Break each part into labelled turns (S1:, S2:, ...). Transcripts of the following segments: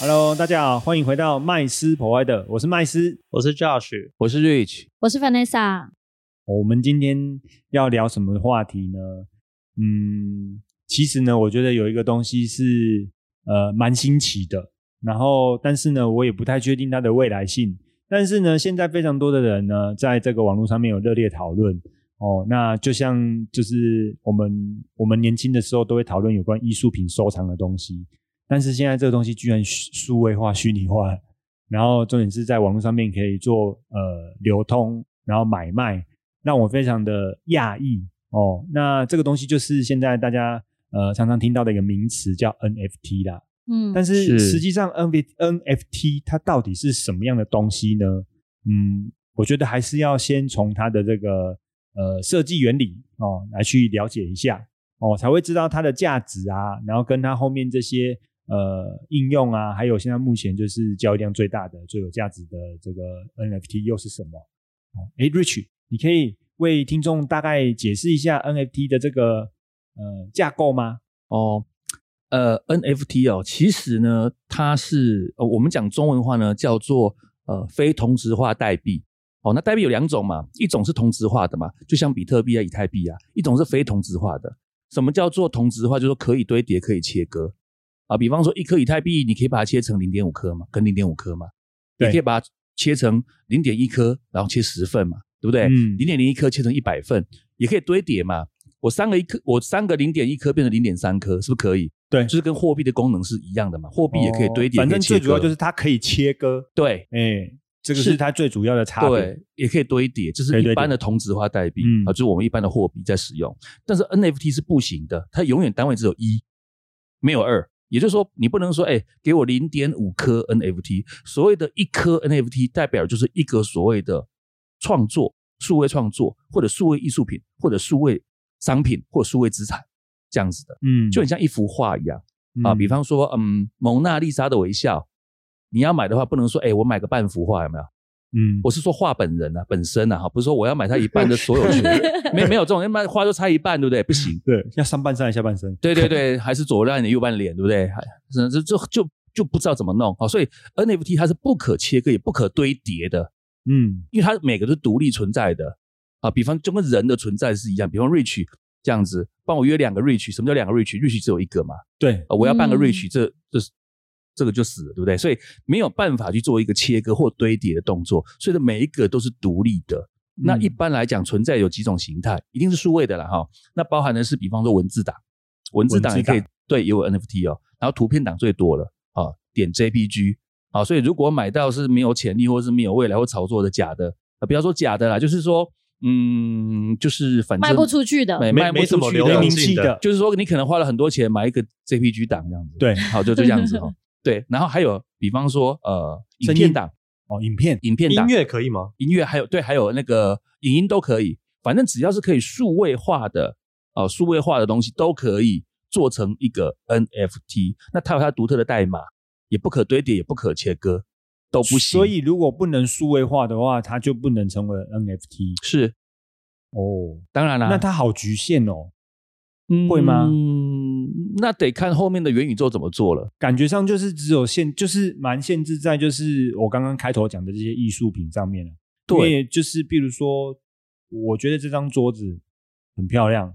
S1: Hello，大家好，欢迎回到麦斯 Provider，我是麦斯。
S2: 我是 Josh，
S3: 我是 Rich，
S4: 我是 Vanessa，
S1: 我们今天要聊什么话题呢？嗯，其实呢，我觉得有一个东西是呃蛮新奇的，然后但是呢，我也不太确定它的未来性。但是呢，现在非常多的人呢，在这个网络上面有热烈讨论哦。那就像就是我们我们年轻的时候都会讨论有关艺术品收藏的东西，但是现在这个东西居然虚数位化、虚拟化了，然后重点是在网络上面可以做呃流通，然后买卖，让我非常的讶异哦。那这个东西就是现在大家呃常常听到的一个名词叫 NFT 啦。
S4: 嗯，
S1: 但是
S3: 是
S1: 实际上 N V NFT 它到底是什么样的东西呢？嗯，我觉得还是要先从它的这个呃设计原理哦来去了解一下哦，才会知道它的价值啊，然后跟它后面这些呃应用啊，还有现在目前就是交易量最大的、最有价值的这个 NFT 又是什么？哦，诶 r i c h 你可以为听众大概解释一下 NFT 的这个呃架构吗？
S3: 哦，呃，NFT 哦，其实呢，它是、呃、我们讲中文话呢叫做呃非同质化代币。哦，那代币有两种嘛，一种是同质化的嘛，就像比特币啊、以太币啊；一种是非同质化的。什么叫做同质化？就是说可以堆叠、可以切割啊。比方说，一颗以太币，你可以把它切成零点五颗嘛，跟零点五颗嘛。
S1: 对
S3: 你可以把它切成零点一颗，然后切十份嘛，对不对？
S1: 嗯
S3: 零点零一颗切成一百份，也可以堆叠嘛。我三个一颗，我三个零点一颗变成零点三颗，是不是可以？
S1: 对
S3: 就是跟货币的功能是一样的嘛。货币也可以堆叠，
S1: 哦反正最主要就是是它可以切割，
S3: 对
S1: 哎、这个是
S3: 是
S1: 它最主要的差别。
S3: 对，也可以堆叠，
S1: 可以
S3: 就是
S1: 堆叠
S3: 一般的同质化代币
S1: 嗯
S3: 啊，就是我们一般的货币在使用。但是 NFT 是不行的，它永远单位只有一，没有二。也就是说，你不能说，哎、给我零点五颗 NFT。所谓的一颗 NFT 代表就是一个所谓的创作、数位创作，或者数位艺术品，或者数位商品，或者数位资产这样子的，
S1: 嗯，
S3: 就很像一幅画一样。
S1: 嗯
S3: 啊，比方说，嗯，蒙娜丽莎的微笑，你要买的话，不能说，哎、我买个半幅画有没有？
S1: 嗯，
S3: 我是说画本人啊，本身啊，哈，不是说我要买它一半的所有权，没没有这种，那画就差一半，对不对？不行，
S1: 对，要上半身还是下半身？
S3: 对对对，还是左半脸右半脸，对不对？还 这这就就就不知道怎么弄啊，所以 NFT 它是不可切割也不可堆叠的，
S1: 嗯，
S3: 因为它每个都是独立存在的啊。比方就跟人的存在是一样，比方 Rich 这样子，帮我约两个 Rich，什么叫两个 Rich？Rich 只有一个嘛，
S1: 对，
S3: 啊，我要办个
S4: 嗯
S3: reach，、这这是这个就死了，对不对？所以没有办法去做一个切割或堆叠的动作，所以的每一个都是独立的。那
S4: 嗯
S3: 一般来讲，存在有几种形态，一定是数位的啦哈。那包含的是，比方说文字档，文字档也可
S1: 文
S3: 以对，也有 NFT 哦。然后图片档最多了啊，点 JPG 啊。所以如果买到是没有潜力，或是没有未来或炒作的假的，啊，不要说假的啦，就是说，嗯，就是反正
S4: 卖不出去的，
S3: 卖
S2: 没
S3: 卖不
S2: 没什
S3: 出
S2: 么
S3: 去
S2: 流
S1: 没
S3: 的啊
S2: 量
S1: 名气的，
S3: 就是说你可能花了很多钱买一个 JPG 档这样子，
S1: 对
S3: 好，就就这样子哦。 对，然后还有，比方说呃，影
S1: 声音
S3: 片档、
S1: 哦，影片，
S3: 影片
S2: 音
S3: 档、
S2: 乐可以吗？
S3: 音乐，还有对，还有那个影音都可以，反正只要是可以数位化的呃，数位化的东西都可以做成一个 NFT。那它有它独特的代码，也不可堆叠，也不可切割，都不行。
S1: 所以如果不能数位化的话，它就不能成为 NFT
S3: 是
S1: 哦。
S3: 当然啦，
S1: 那它好局限哦，
S3: 嗯
S1: 会吗？
S3: 那得看后面的元宇宙怎么做了。
S1: 感觉上就是只有限，就是蛮限制在就是我刚刚开头讲的这些艺术品上面了。啊
S3: 对
S1: 因为就是比如说，我觉得这张桌子很漂亮，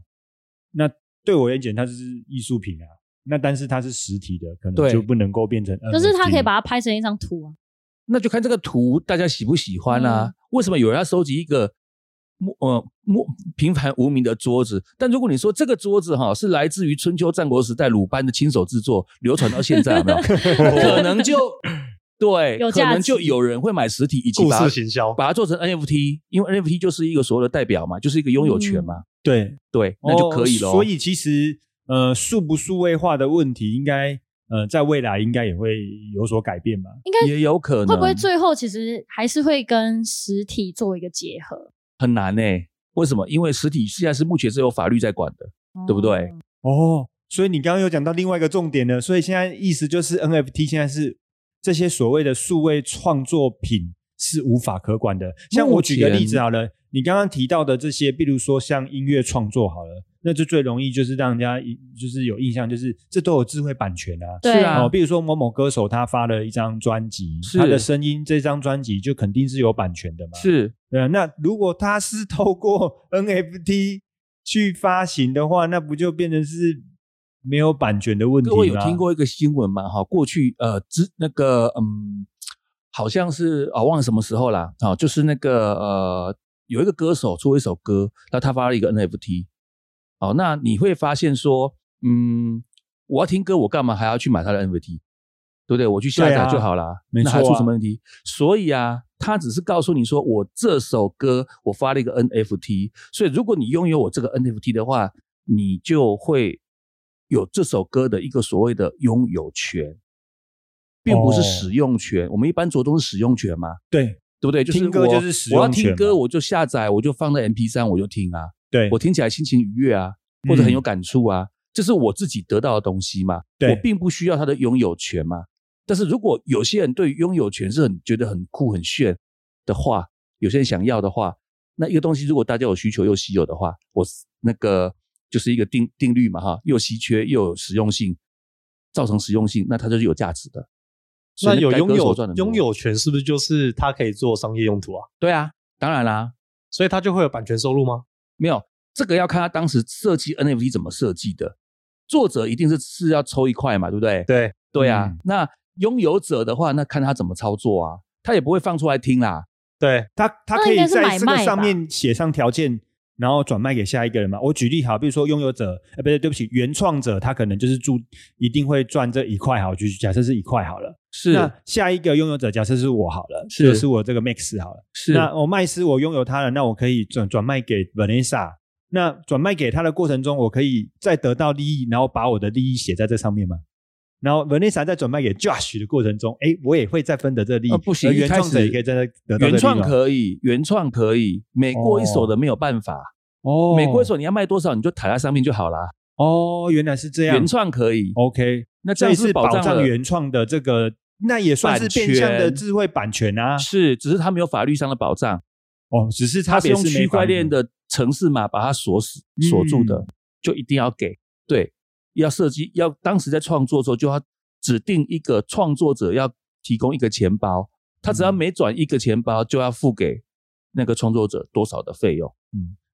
S1: 那对我而言它就是艺术品啊。那但是它是实体的，可能
S3: 对
S1: 就不能够变成 NFT。
S4: 可是他可以把它拍成一张图啊，
S3: 那就看这个图大家喜不喜欢啦、
S4: 嗯
S3: 为什么有人要收集一个莫呃莫平凡无名的桌子？但如果你说这个桌子哈是来自于春秋战国时代鲁班的亲手制作，流传到现在，有没 有？可能就对，
S4: 有
S3: 可
S4: 价值
S3: 能就有人会买实体，以及
S2: 故
S3: 把
S2: 事
S3: 它
S2: 行销，
S3: 把它做成 NFT，因为 NFT 就是一个所谓的代表嘛，就是一个拥有
S4: 嗯
S3: 权嘛，
S1: 对
S3: 对，那就可以
S1: 哦
S3: 咯。
S1: 所以其实呃，数不数位化的问题，应该呃，在未来应该也会有所改变吧。
S4: 应该
S3: 也有可能
S4: 会不会最后其实还是会跟实体做一个结合，
S3: 很难呢、为什么？因为实体现在是目前是有法律在管的，对不对？
S1: 哦，所以你刚刚有讲到另外一个重点呢，所以现在意思就是 NFT 现在是这些所谓的数位创作品是无法可管的。像我举个例子好了，你刚刚提到的这些，比如说像音乐创作好了，那就最容易就是让人家一就是有印象，就是这都有智慧版权啊。
S4: 对
S3: 是啊
S1: 哦，比如说某某歌手他发了一张专辑，
S3: 是
S1: 他的声音这张专辑就肯定是有版权的嘛。
S3: 是
S1: 对啊，那如果它是 透过 NFT 去发行的话，那不就变成是没有版权的问题
S3: 各
S1: 吗？
S3: 位有听过一个新闻吗？哈，过去呃，之那个嗯，好像是啊、忘了什么时候啦，啊、就是那个呃，有一个歌手出了一首歌，那他发了一个 NFT，哦，那你会发现说，嗯，我要听歌，我干嘛还要去买他的 NFT？对不对？我去下
S1: 对
S3: 载
S1: 啊
S3: 就好啦，
S1: 没
S3: 那还
S1: 错
S3: 出
S1: 啊
S3: 什么问题？所以啊，他只是告诉你说，我这首歌我发了一个 NFT，所以如果你拥有我这个 NFT 的话，你就会有这首歌的一个所谓的拥有权，并不是
S1: 哦
S3: 使用权。我们一般着重是使用权嘛，
S1: 对
S3: 对不对？就是
S1: 听歌
S3: 我
S1: 就是使用
S3: 我要听
S1: 权
S3: 歌，
S1: 嘛
S3: 我就下载，我就放在 MP 三，我就听啊，
S1: 对，
S3: 我听起来心情愉悦啊，或者很有
S1: 嗯
S3: 感触啊，这是我自己得到的东西嘛。
S1: 对
S3: 我并不需要它的拥有权嘛。但是如果有些人对于拥有权是很觉得很酷很炫的话，有些人想要的话，那一个东西如果大家有需求又稀有的话，我那个就是一个定定律嘛哈，又稀缺又有实用性，造成实用性，那它就是有价值的。所
S2: 那
S3: 以
S2: 有
S3: 该
S2: 拥
S3: 歌手
S2: 有
S3: 赚的
S2: 拥有权是不是就是它可以做商业用途啊？
S3: 对啊，当然啦、
S2: 所以它就会有版权收入吗？
S3: 没有，这个要看他当时设计 NFT 怎么设计的。作者一定是是要抽一块嘛，对不对？
S2: 对，
S3: 对啊，
S1: 嗯
S3: 那拥有者的话，那看他怎么操作啊，他也不会放出来听啦。
S2: 对，
S1: 他他
S4: 那
S1: 可
S4: 应
S1: 以
S4: 该是
S1: 在
S4: 买
S1: 这个
S4: 卖
S1: 上
S4: 吧
S1: 面写上条件，然后转卖给下一个人嘛。我举例好，比如说拥有者，呃，不对，对不起，原创者他可能就是注一定会赚这一块好，就假设是一块好了。
S3: 是
S1: 那下一个拥有者假设是我好了，
S3: 是
S1: 就是我这个 Max 好了。
S3: 是
S1: 那我麦斯我拥有它了，那我可以转转卖给 Vanessa。那转卖给他的过程中，我可以再得到利益，然后把我的利益写在这上面吗？然后 Vanessa 在转卖给 Josh 的过程中，哎，我也会再分得这利益。
S3: 呃不行
S1: 而原
S3: 一开始
S1: 创者也可以在这得到这利益
S3: 原创
S1: 吗
S3: 可以，原创可以，每过一首的没有办法，
S1: 哦，
S3: 每过一首你要卖多少，你就抬在上面就好啦。
S1: 哦，原来是这样。
S3: 原创可以，
S1: OK，
S3: 那
S1: 这
S3: 这样
S1: 一
S3: 是
S1: 次保
S3: 障
S1: 障
S3: 了
S1: 原创的这个，那也算是变相
S3: 版
S1: 的
S3: 权
S1: 智慧版权啊。
S3: 是，只是他没有法律上的保障，
S1: 哦，只是差
S3: 他是
S1: 别
S3: 用
S1: 是没
S3: 区块
S1: 法律
S3: 链的城市码把它锁死锁住的，就一定要给对，要设计要当时在创作的时候就要指定一个创作者要提供一个钱包，他只要
S1: 嗯
S3: 每转一个钱包就要付给那个创作者多少的费用。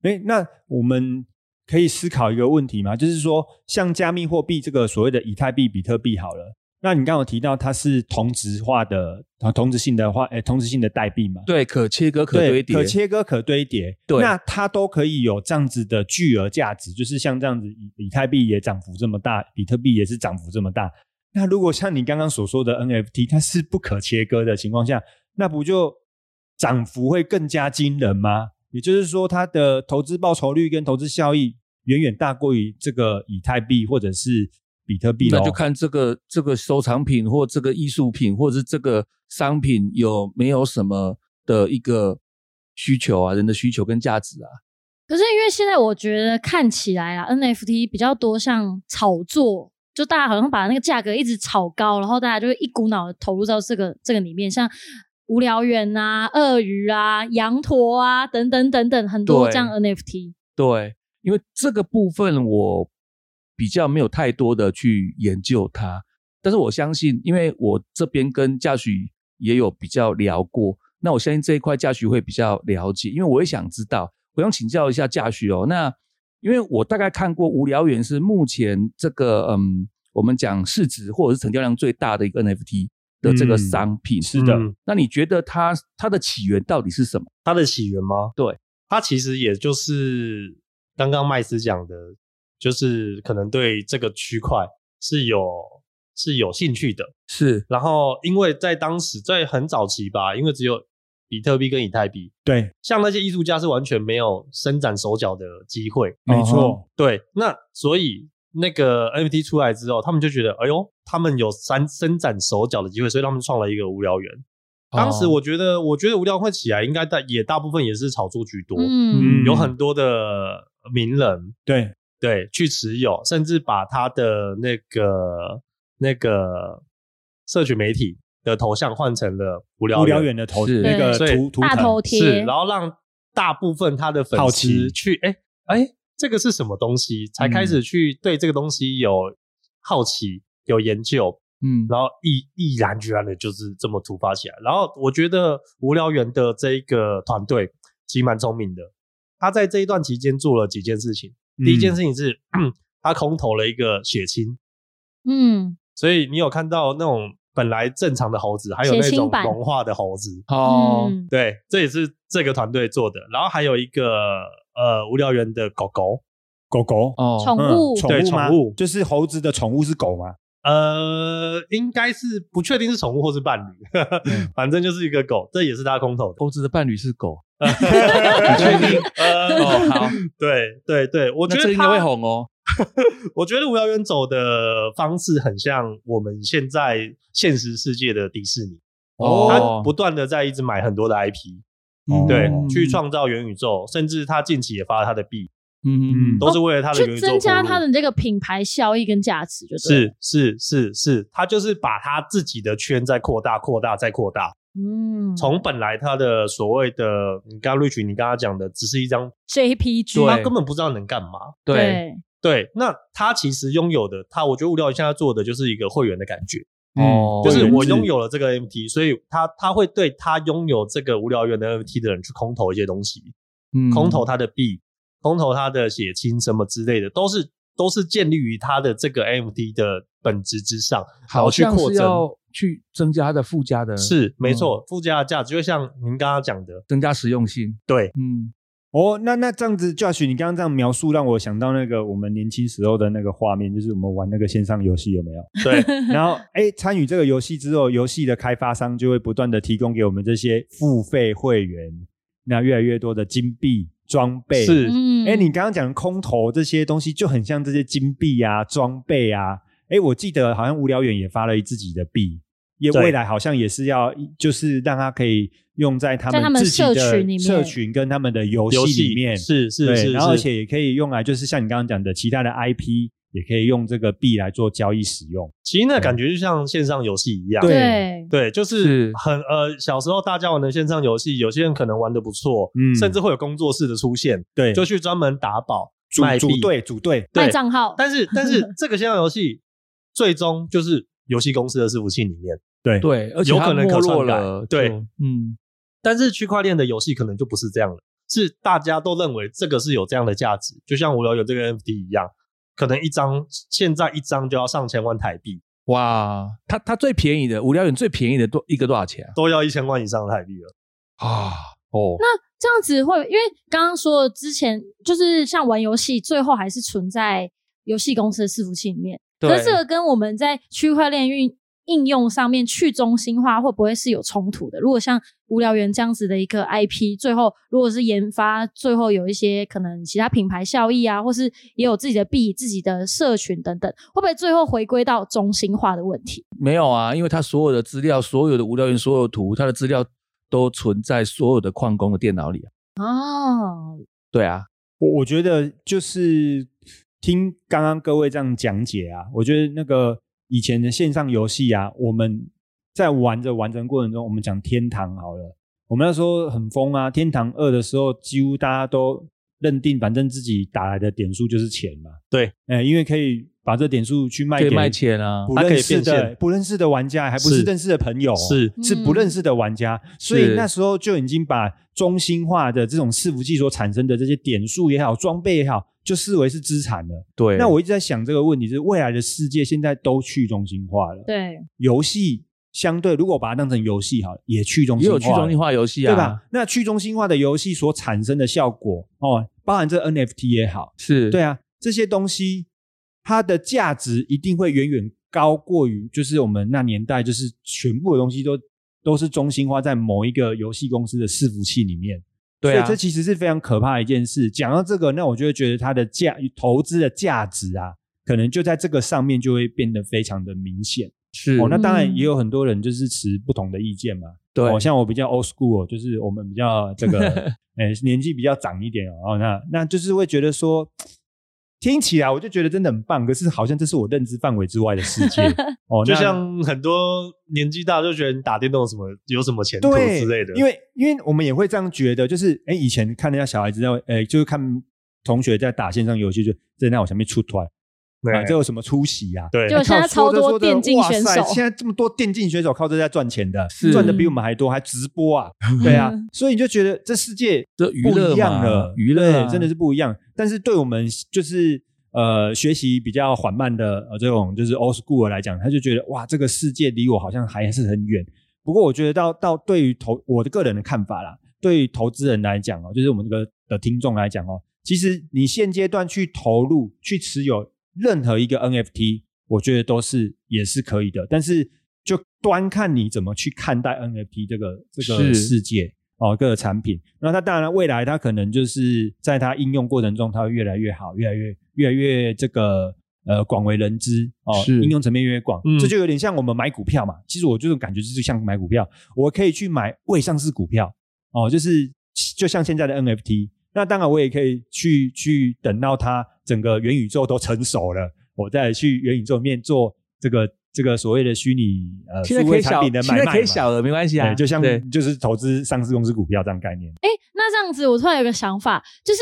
S1: 哎，那我们可以思考一个问题吗？就是说，像加密货币这个所谓的以太币、比特币好了，那你刚刚有提到它是同质化的、啊同质性的话，哎，同质性的代币嘛？
S3: 对，可切割可
S1: 对
S3: 堆叠，
S1: 可切割、可堆叠，
S3: 对
S1: 那它都可以有这样子的巨额价值，就是像这样子，以以太币也涨幅这么大，比特币也是涨幅这么大。那如果像你刚刚所说的 NFT，它是不可切割的情况下，那不就涨幅会更加惊人吗？也就是说，它的投资报酬率跟投资效益远远大过于这个以太币或者是比特币
S3: 那
S1: 咯
S3: 就看这个这个收藏品或这个艺术品或者是这个商品有没有什么的一个需求啊，人的需求跟价值啊。
S4: 可是因为现在我觉得看起来啦，NFT 比较多像炒作，就大家好像把那个价格一直炒高，然后大家就会一股脑的投入到这个这个里面，像无聊猿啊、鳄鱼啊、羊驼啊等等等等，很多
S3: 对
S4: 这样 NFT。
S3: 对，因为这个部分我比较没有太多的去研究它，但是我相信，因为我这边跟嘉许也有比较聊过，那我相信这一块嘉许会比较了解，因为我也想知道，我想请教一下嘉许哦。那因为我大概看过无聊猿是目前这个嗯，我们讲市值或者是成交量最大的一个 NFT 的这个
S1: 嗯
S3: 商品，
S1: 是的
S2: 嗯
S3: 那你觉得它它的起源到底是什么？
S2: 它的起源吗？
S3: 对，
S2: 它其实也就是刚刚麦斯讲的，就是可能对这个区块是有是有兴趣的。
S3: 是
S2: 然后因为在当时在很早期吧，因为只有比特币跟以太币，
S1: 对，
S2: 像那些艺术家是完全没有伸展手脚的机会。
S1: 没
S3: 哦
S1: 错，
S2: 对，那所以那个 NFT 出来之后，他们就觉得，哎呦，他们有伸伸展手脚的机会，所以他们创了一个无聊园。当时
S3: 哦
S2: 我觉得，我觉得无聊会起来，应该大也大部分也是炒作居多，
S4: 嗯
S2: 有很多的名人
S1: 对，
S2: 对去持有，甚至把他的那个那个社群媒体的头像换成了无聊
S1: 无聊远的头
S3: 是
S1: 那个
S2: 对所以
S1: 图图
S4: 大
S1: 腾
S4: 头
S2: 是，
S4: 贴，
S2: 然后让大部分他的粉
S1: 好奇
S2: 丝去，哎哎，这个是什么东西？才开
S4: 嗯
S2: 始去对这个东西有好奇、有研究，
S3: 嗯，
S2: 然后毅毅然决然的就是这么突发起来。然后我觉得无聊猿的这一个团队其实蛮聪明的，他在这一段期间做了几件事情。第一件事情是，他空投了一个血清，
S4: 嗯，
S2: 所以你有看到那种本来正常的猴子，还有
S4: 血
S2: 那
S4: 清
S2: 种
S4: 版
S2: 融化的猴子，
S3: 哦，
S4: 嗯
S2: 对，这也是这个团队做的。然后还有一个呃无聊猿的狗狗，
S1: 狗狗，
S3: 哦，
S4: 宠
S1: 嗯
S4: 物，
S1: 宠
S2: 对
S1: 物吗
S2: 宠物
S1: 就是猴子的宠物是狗吗？
S2: 呃，应该是不确定是宠物或是伴侣，
S3: 嗯
S2: 反正就是一个狗，这也是他空 投的。
S3: 猴子的伴侣是狗，
S2: 你
S3: 确定？
S2: 呃，
S3: 哦，好，
S2: 对对对，我觉
S3: 那
S2: 得
S3: 这个应该
S2: 他
S3: 会红哦。
S2: 我觉得无聊猿走的方式很像我们现在现实世界的迪士尼，
S3: 哦
S2: 他不断的在一直买很多的 IP，
S1: 嗯
S2: 对，
S1: 嗯
S2: 去，创造元宇宙，甚至他近期也发了他的币，
S3: 嗯嗯嗯，
S2: 都是为了他的元
S4: 去
S2: 宇宙
S4: 增加
S2: 投入
S4: 它的这个品牌效益跟价值，就对了，
S2: 是是是是，他就是把他自己的圈再扩大、扩大、再扩大。
S4: 嗯，
S2: 从本来他的所谓的，你刚刚瑞曲，你刚刚讲的，只是一张，
S4: JPG，
S2: 他
S3: 对
S2: 根本不知道能干嘛。
S3: 对，
S2: 对，那他其实拥有的，他我觉得无聊现在做的就是一个会员的感觉，
S3: 哦
S2: 嗯就
S3: 会
S2: 是
S3: 员
S2: 我
S1: 制
S2: 拥有了这个 MT，所以他他会对他拥有这个无聊园的 MT 的人去空投一些东西，
S3: 嗯
S2: 空投他的币，空投他的血清什么之类的，都是都是建立于他的这个 MT 的本质之上，然
S3: 好
S2: 后去
S3: 像
S2: 扩
S3: 是
S2: 增。
S3: 要去增加它的附加
S1: 嗯
S3: 的，
S2: 是没错，附加的价值就像您刚刚讲的，
S3: 增加实用性。
S2: 对，
S3: 嗯，
S1: 哦，那那这样子，Josh，你刚刚这样描述，让我想到那个我们年轻时候的那个画面，就是我们玩那个线上游戏，有 没有？
S2: 对
S1: 然后，哎，参与这个游戏之后，游戏的开发商就会不断的提供给我们这些付费会员，那越来越多的金币装备。，
S2: 是
S4: 嗯，
S1: 哎，你刚刚讲的空投这些东西，就很像这些金币啊、装备啊。哎，我记得好像无聊远也发了自己的币，也
S2: 对
S1: 未来好像也是要，就是让它可以用在他
S4: 在他
S1: 们
S4: 们
S1: 自己
S4: 社群里
S1: 的
S4: 面
S1: 社群跟他们的游
S2: 游
S1: 戏
S2: 戏
S1: 里面。
S2: 是是
S1: 对，
S2: 是，
S1: 然后
S2: 是
S1: 而且也可以用来，就是像你刚刚讲的，其他的 IP 也可以用这个币来做交易使用。
S2: 其实那感觉就像线上游戏一样，
S4: 对，
S2: 对，就是是很呃，小时候大家玩的线上游戏，有些人可能玩的不错，
S1: 嗯
S2: 甚至会有工作室的出现，
S1: 对
S2: 就去专门打宝
S1: 组
S2: 卖
S1: 组
S2: 币，
S1: 队组队，
S4: 卖
S2: 对
S4: 账号，
S2: 但是但 是这个线上游戏最终就是游戏公司的伺服器里面，
S1: 对
S3: 对，而且
S2: 有
S3: 它
S2: 可能
S3: 没
S2: 可
S3: 落
S2: 篡改
S3: 了，
S2: 对
S3: 就，嗯，
S2: 但是区块链的游戏可能就不是这样了，是大家都认为这个是有这样的价值，就像无聊有这个 NFT 一样，可能一张现在一张就要上千万台币，
S3: 哇，它它最便宜的无聊园最便宜的多一个多少钱
S2: 都要一千万以上的台币了。
S3: 啊？啊，哦，
S4: 这样子会，因为刚刚说的之前就是像玩游戏，最后还是存在游戏公司的伺服器里面。可
S3: 对
S4: 是这个跟我们在区块链运应用上面去中心化会不会是有冲突的？如果像无聊猿这样子的一个 IP，最后如果是研发，最后有一些可能其他品牌效益啊，或是也有自己的币、自己的社群等等，会不会最后回归到中心化的问题？
S3: 没有啊，因为它所有的资料、所有的无聊园、所有的图，它的资料都存在所有的矿工的电脑里啊。
S4: 哦，
S3: 对啊，
S1: 我我觉得就是听刚刚各位这样讲解啊，我觉得那个以前的线上游戏啊，我们在玩着玩着过程中，我们讲天堂好了，我们那时候很疯啊，天堂二的时候，几乎大家都认定，反正自己打来的点数就是钱嘛。
S2: 对，
S1: 哎、因为可以把这点数去卖
S3: 可
S1: 给
S3: 以卖钱啊。
S1: 不
S2: 它可以
S1: 认识
S2: 变现
S1: 的不认识的玩家，还不是
S2: 是
S1: 认识的朋友哦、
S2: 是
S1: 是不认识的玩家，所以
S3: 是
S1: 那时候就已经把中心化的这种伺服器所产生的这些点数也好、装备也好，就视为是资产了。
S3: 对，
S1: 那我一直在想这个问题，就是未来的世界现在都去中心化了，
S4: 对，
S1: 游戏相对如果把它当成游戏好了，也去中
S3: 也
S1: 心化了，
S3: 有去中心化游戏啊，
S1: 对吧？？那去中心化的游戏所产生的效果哦，包含这 NFT 也好，
S3: 是，
S1: 对啊，这些东西它的价值一定会远远高过于，就是我们那年代就是全部的东西都都是中心化在某一个游戏公司的伺服器里面。
S3: 对啊
S1: 所以这其实是非常可怕的一件事。讲到这个，那我就会觉得它的价投资的价值啊，可能就在这个上面就会变得非常的明显。
S3: 是
S1: 哦，那当然
S4: 嗯
S1: 也有很多人就是持不同的意见嘛。
S3: 对
S1: 哦，像我比较 old school，哦就是我们比较这 个，呃，年纪比较长一点哦，那那就是会觉得说，听起来我就觉得真的很棒，可是好像这是我认知范围之外的世 界哦，
S2: 就
S1: 那
S2: 像很多年纪大就觉得你打电动有什么有什么前途
S1: 对
S2: 之类的，
S1: 因为因为我们也会这样觉得，就是哎，以前看人家小孩子在，哎，就是看同学在打线上游戏，就这那我前面出团啊，
S2: 对
S1: 这有什么出息啊？
S2: 对
S4: 就现在超多电竞选手
S1: 哇塞现在这么多电竞选手靠这在赚钱的
S3: 是，
S1: 赚的比我们还多，还直播 啊，对啊，所以你就觉得这世界
S3: 这娱
S1: 不
S3: 乐
S1: 一样
S3: 嘛
S1: 了，
S3: 娱乐啊
S1: 对真的是不一样。但是对我们就是呃学习比较缓慢的呃这种就是 old school 来讲，他就觉得哇，这个世界离我好像还是很远。不过我觉得到到对于投我的个人的看法啦，对于投资人来讲哦，就是我们这个的听众来讲哦，其实你现阶段去投入去持有任何一个 NFT，我觉得都是也是可以的，但是就端看你怎么去看待 NFT 这个这
S3: 是
S1: 个世界哦，各个产品。那它当然未来它可能就是在它应用过程中，它会越来越好，越来越越来越这个。呃，广为人知哦，
S3: 是
S1: 应用层面越来越广，
S2: 嗯
S1: 这就有点像我们买股票嘛。其实我就是感觉就是像买股票，我可以去买未上市股票，哦，就是就像现在的 NFT，那当然我也可以去去等到它整个元宇宙都成熟了，我再去元宇宙里面做这个这个所谓的虚拟呃
S3: 现在
S1: 数
S3: 可
S1: 位
S3: 以
S1: 产
S3: 小，
S1: 品的买卖
S3: 现在可以
S1: 嘛
S3: 小了，没关系啊。
S1: 对，就像
S3: 对
S1: 就是投资上市公司股票这样概念，
S3: 哎
S4: 那这样子，我突然有个想法，就是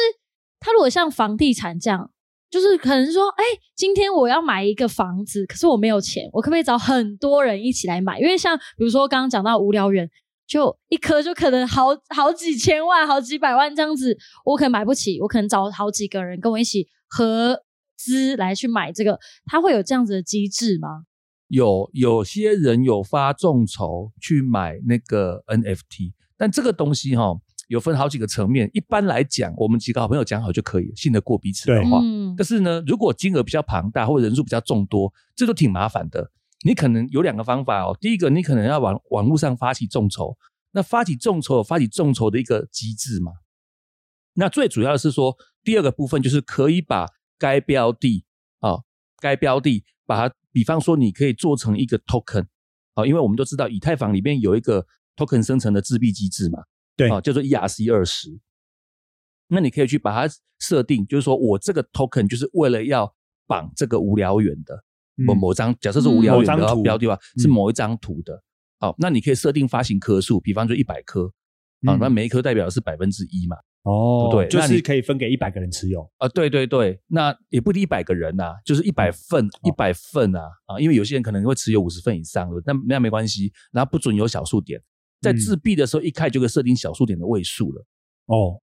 S4: 他如果像房地产这样，就是可能说，哎、今天我要买一个房子，可是我没有钱，我可不可以找很多人一起来买？因为像比如说刚刚讲到无聊园，就一颗就可能好好几千万、好几百万这样子，我可能买不起，我可能找好几个人跟我一起合资来去买这个，他会有这样子的机制吗？
S3: 有有些人有发众筹去买那个 NFT，但这个东西哈、有分好几个层面。一般来讲，我们几个好朋友讲好就可以，信得过彼此的
S1: 对
S3: 话。
S4: 嗯，
S3: 但是呢，如果金额比较庞大或者人数比较众多，这就挺麻烦的。你可能有两个方法哦。第一个，你可能要网网络上发起众筹，那发起众筹有发起众筹的一个机制嘛。那最主要的是说，第二个部分就是可以把该标的啊、该标的把它，比方说你可以做成一个 token 啊、因为我们都知道以太坊里面有一个 token 生成的自闭机制嘛，
S1: 对
S3: 啊、叫做 ERC 二十。那你可以去把它设定，就是说我这个 token 就是为了要绑这个无聊源的某
S1: 嗯
S3: 某张，假设是无聊源
S1: 嗯某
S3: 的
S1: 张图
S3: 标的吧，是
S1: 嗯
S3: 某一张图的。好，那你可以设定发行颗数，比方说一百颗，啊，
S1: 嗯
S3: 那每一颗代表的是百分之一嘛。
S1: 哦
S3: 对
S1: 就
S3: 那你
S1: 是可以分给一百个人持有，
S3: 啊，对对对，那也不一定一百个人呐、就是一百
S1: 嗯
S3: 份，一百份啊啊，因为有些人可能会持有五十份以上的，那那没关系，然后不准有小数点，在
S1: 嗯
S3: 自闭的时候一开始就可以设定小数点的位数了。
S1: 哦，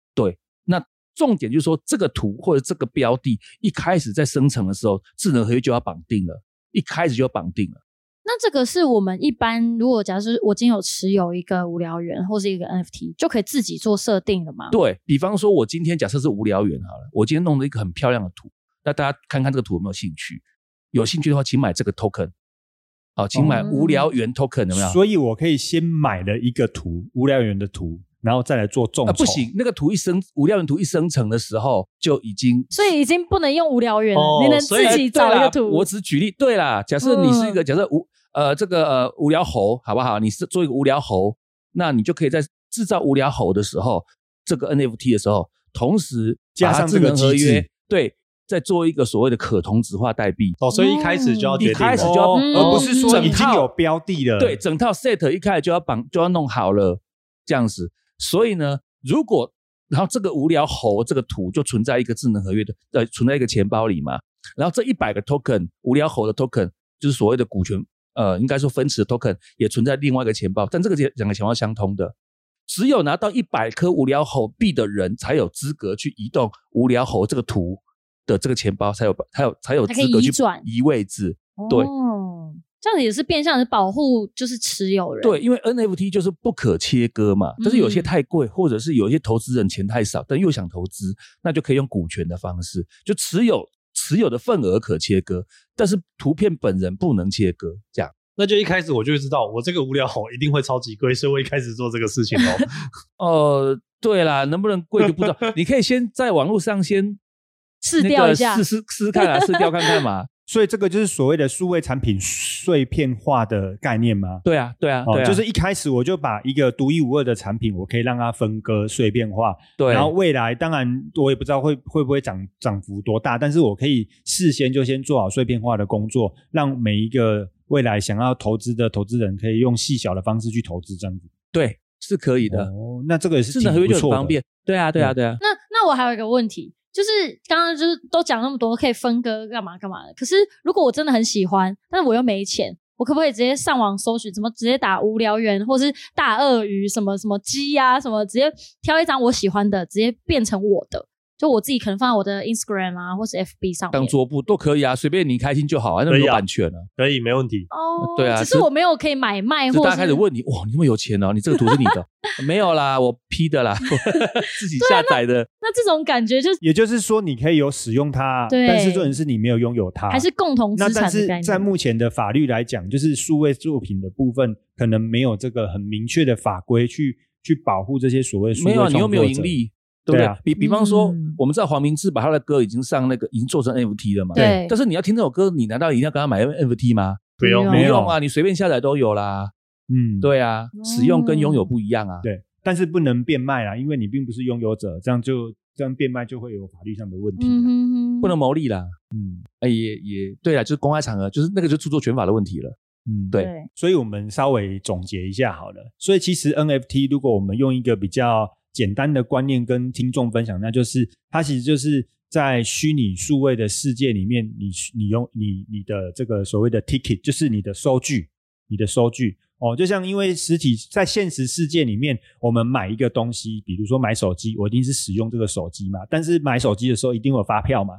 S3: 重点就是说，这个图或者这个标的一开始在生成的时候，智能合约就要绑定了，一开始就要绑定了。
S4: 那这个是我们一般，如果假设我今天有持有一个无聊园或是一个 NFT，就可以自己做设定了吗？
S3: 对比方说，我今天假设是无聊猿好了，我今天弄了一个很漂亮的图，那大家看看这个图有没有兴趣？有兴趣的话，请买这个 token，好、请买
S4: 哦
S3: 无聊猿 token 有没有？
S1: 所以我可以先买了一个图，无聊猿的图，然后再来做众
S3: 啊，
S1: 筹，
S3: 不行，，那个图一生无聊猿图一生成的时候就已经
S4: 所以已经不能用无聊猿了，
S2: 哦
S4: 你能
S2: 所以
S4: 自己找
S3: 哎
S4: 一个
S3: 对啦
S4: 图。嗯
S3: 我只举例，对啦，假设你是一个、假设无呃这个呃无聊猴，好不好？你是做一个无聊猴，那你就可以在制造无聊猴的时候，这个 NFT 的时候，同时
S1: 加
S3: 把它
S1: 上
S3: 智
S1: 这个
S3: 能合
S1: 机
S3: 约
S1: 制，
S3: 对，再做一个所谓的可同质化代币。
S2: 哦，所以一开始就要决
S3: 一
S2: 定了，
S3: 开始就
S1: 哦
S3: 要，
S4: 嗯
S1: 而不是说
S3: 整
S1: 已经
S3: 套
S1: 有标的了，
S3: 对，整套 set 一开始就要绑就要弄好了，这样子。所以呢，如果然后这个无聊猴这个图就存在一个智能合约的呃存在一个钱包里嘛，然后这一百个 token 无聊猴的 token 就是所谓的股权呃应该说分持的 token 也存在另外一个钱包，但这个钱两个钱包相通的。只有拿到一百颗无聊猴币的人，才有资格去移动无聊猴这个图的这个钱包，才有才有才有
S4: 才可以
S3: 资格去
S4: 移转
S3: 移位置。对
S4: 哦，这样子也是变相的保护，就是持有人。
S3: 对，因为 NFT 就是不可切割嘛，但是有
S4: 嗯
S3: 些太贵，或者是有一些投资人钱太少，但又想投资，那就可以用股权的方式，就持有持有的份额可切割，但是图片本人不能切割，这样。
S2: 那就一开始我就知道我这个无聊猴一定会超级贵，所以我一开始做这个事情哦。
S3: 哦呃，对啦，能不能贵就不知道，你可以先在网络上先
S4: 试
S3: 那
S4: 掉
S3: 个
S4: 一下
S3: 试，试试看啊，试掉看看 嘛。
S1: 所以这个就是所谓的数位产品碎片化的概念吗？
S3: 对啊，对啊，对
S1: 哦，
S3: 啊，
S1: 就是一开始我就把一个独一无二的产品，我可以让它分割碎片化，
S3: 对，
S1: 然后未来当然我也不知道会会不会涨涨幅多大，但是我可以事先就先做好碎片化的工作，让每一个未来想要投资的投资人可以用细小的方式去投资这样子。
S3: 对是可以的，
S1: 哦，那这个也是
S3: 智能合约
S1: 挺
S3: 就
S1: 不错
S3: 很
S1: 的嗯
S3: 方便。。对啊，对啊，对啊，
S4: 那那我还有一个问题，就是刚刚就是都讲那么多，可以分割干嘛干嘛的。可是如果我真的很喜欢，但是我又没钱，我可不可以直接上网搜寻，怎么直接打无聊猿，或是大鳄鱼什么什么鸡呀、什么，直接挑一张我喜欢的，直接变成我的，就我自己可能放在我的 Instagram 啊，或是 FB 上面
S3: 当。桌布都可以啊，随便你开心就好啊，那
S2: 可
S3: 没
S2: 以
S3: 有
S2: 啊
S3: 版权啊。
S2: 可以没问题。
S4: 哦，
S3: 对啊
S4: 只是
S3: 就
S4: 我没有可以买卖，
S3: 就
S4: 或
S3: 大
S4: 者
S3: 家开始问你，哇，你那么有钱哦、你这个图是你的？ 没有啦，我 P 的啦，
S1: 啊
S3: 我自己下载的。
S4: 那这种感觉就
S1: 也就是说，你可以有使用它，
S4: 对
S1: 但是重点是你没有拥有
S3: 啊
S1: 它，
S4: 还是共同
S1: 那
S4: 资
S1: 但
S4: 产的
S1: 是
S4: 概念。
S1: 在目前的法律来讲，就是数位作品的部分，可能没有这个很明确的法规去去保护这些所谓数位
S3: 没有啊，
S1: 创
S3: 你
S1: 作
S3: 又没有
S1: 者
S3: 盈，利，对不
S1: 对
S3: 对？
S1: 啊
S3: 比比方说，
S4: 嗯
S3: 我们知道黄明志把他的歌已经上那个，已经做成 NFT 了嘛。
S4: 对
S3: 但是你要听这首歌，你难道一定要跟他买 NFT 吗？
S2: 不用
S4: 不
S3: 不
S1: 没有
S3: 用啊，你随便下载都有啦。
S1: 嗯，。
S3: 对啊，使用跟拥有不一样啊。
S1: 对，但是不能变卖啦，因为你并不是拥有者，这样就这样变卖就会有法律上的问题啊
S4: 嗯
S1: 啦。
S4: 哼哼，
S3: 不能牟利啦。
S1: 嗯
S3: 哎，也也对啊，就是公开场合，就是那个就是著作权法的问题了。
S1: 嗯，
S3: 对
S4: 对，
S1: 所以我们稍微总结一下好了。所以其实 NFT 如果我们用一个比较简单的观念跟听众分享，那就是它其实就是在虚拟数位的世界里面，你你用你你的这个所谓的 ticket，就是你的收据，你的收据。哦，就像因为实体在现实世界里面，我们买一个东西，比如说买手机，我一定是使用这个手机嘛。但是买手机的时候一定有发票嘛，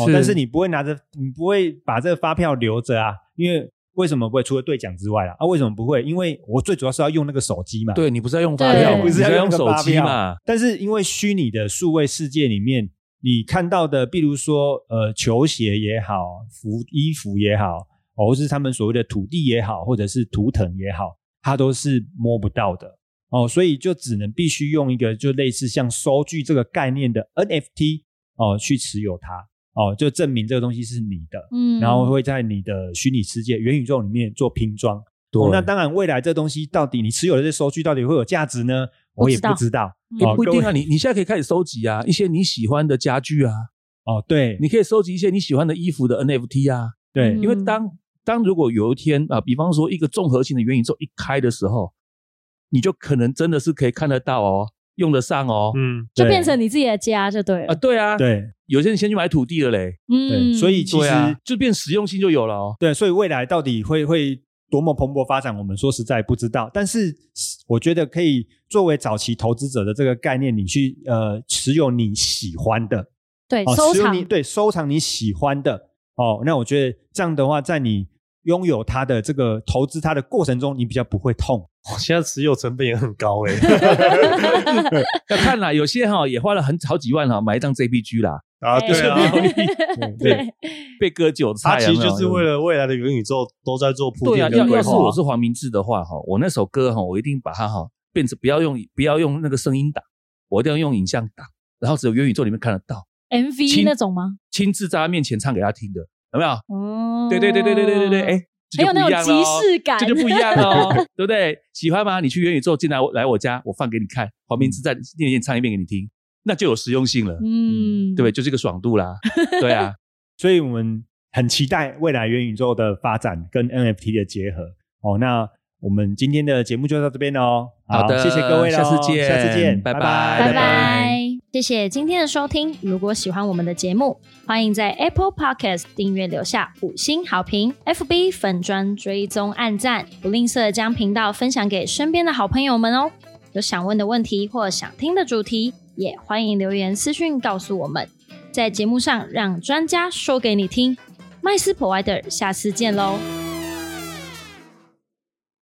S1: 哦，
S3: 是
S1: 但是你不会拿着，你不会把这个发票留着啊，因为为什么不会？除了兑奖之外啦，啊，为什么不会？因为我最主要是要用那个手机嘛。。
S3: 对你不是要用发
S4: 对
S3: 票嘛，
S4: 不
S1: 是
S3: 你
S1: 要
S3: 要
S1: 用
S3: 用
S1: 那个
S3: 手
S1: 发
S3: 机
S1: 票
S3: 嘛？
S1: 但是因为虚拟的数位世界里面，你看到的，比如说呃球鞋也好，服衣服也好，哦，或是他们所谓的土地也好，或者是图腾也好，它都是摸不到的哦，所以就只能必须用一个就类似像收据这个概念的 NFT 哦去持有它哦，就证明这个东西是你的。
S4: 嗯，
S1: 然后会在你的虚拟世界、元宇宙里面做拼装。
S3: 对
S1: 哦那当然，未来这东西到底你持有的这些收据到底会有价值呢？
S4: 不
S1: 我也
S4: 知道
S1: 不知道。
S3: 也
S1: 哦
S3: 不一定
S1: 各
S3: 啊，
S1: 位
S3: 你你现在可以开始收集啊，一些你喜欢的家具啊，
S1: 哦，对
S3: 你可以收集一些你喜欢的衣服的 NFT 啊。
S1: 对
S4: 嗯
S3: 因为当当如果有一天啊，比方说一个综合性的元宇宙一开的时候，你就可能真的是可以看得到哦，用得上哦。
S2: 嗯，
S4: 就
S1: 对
S4: 变成你自己的家就对
S3: 啊，
S4: 了。
S3: 对啊，，
S1: 对
S3: 有些人先去买土地了嘞，
S1: 对，
S4: 嗯，
S1: 所以其
S3: 对
S1: 实
S3: 啊，就变实用性就有了哦。
S1: 对，所以未来到底会会多么蓬勃发展，我们说实在不知道。但是我觉得可以作为早期投资者的这个概念，你去呃持有你喜欢的，
S4: 对
S1: 哦，
S4: 收
S1: 只有
S4: 藏
S1: 你对收藏你喜欢的哦。那我觉得这样的话，在你拥有它的这个投资它的过程中，你比较不会痛。
S2: 我现在持有成本也很高欸 诶、
S3: 要看啦，有些哈、也花了很好几万哈、买一张 JPG 啦，
S2: 啊，对 啊，
S4: 对，
S3: 被割韭
S2: 它
S3: 菜
S2: 其
S3: 有没有，
S2: 实就是为了未来的元宇宙都在做铺
S3: 对
S2: 垫
S3: 啊，
S2: 跟
S3: 要
S2: 规
S3: 要是
S2: 划
S3: 我。是黄明志的话哈，我那首歌哈，我一定把它哈变成不要用不要用那个声音档，我一定要用影像档，然后只有元宇宙里面看得到，
S4: MV
S3: 亲
S4: 那种吗？
S3: 亲自在他面前唱给他听的，有没有？
S4: 哦，
S3: 对对对对对对对对，哎，这
S4: 很
S3: 就
S4: 有
S3: 不
S4: 那
S3: 一样
S4: 种
S3: 了
S4: 即
S3: 哦
S4: 视感，
S3: 这就不一样了 哦，对不对？喜欢吗？你去元宇宙进来我来我家，我放给你看，黄明志
S2: 嗯
S3: 在面前唱一遍给你听，那就有实用性了，
S4: 嗯，
S3: 对不对？就是一个爽度 啦，对啊，
S1: 所以我们很期待未来元宇宙的发展跟 NFT 的结合哦。那我们今天的节目就到这边喽。
S3: 好的
S1: 谢谢各位喽，
S3: 下次见
S1: 下次见，
S3: 拜拜
S4: 拜
S3: 拜
S4: 拜
S3: 拜，
S4: 谢谢今天的收听。如果喜欢我们的节目，欢迎在 Apple Podcast 订阅留下五星好评，FB 粉砖追踪按赞，不吝啬将频道分享给身边的好朋友们哦。有想问的问题或想听的主题，也欢迎留言私讯告诉我们，在节目上让专家说给你听。麦斯 Provider，下次见喽。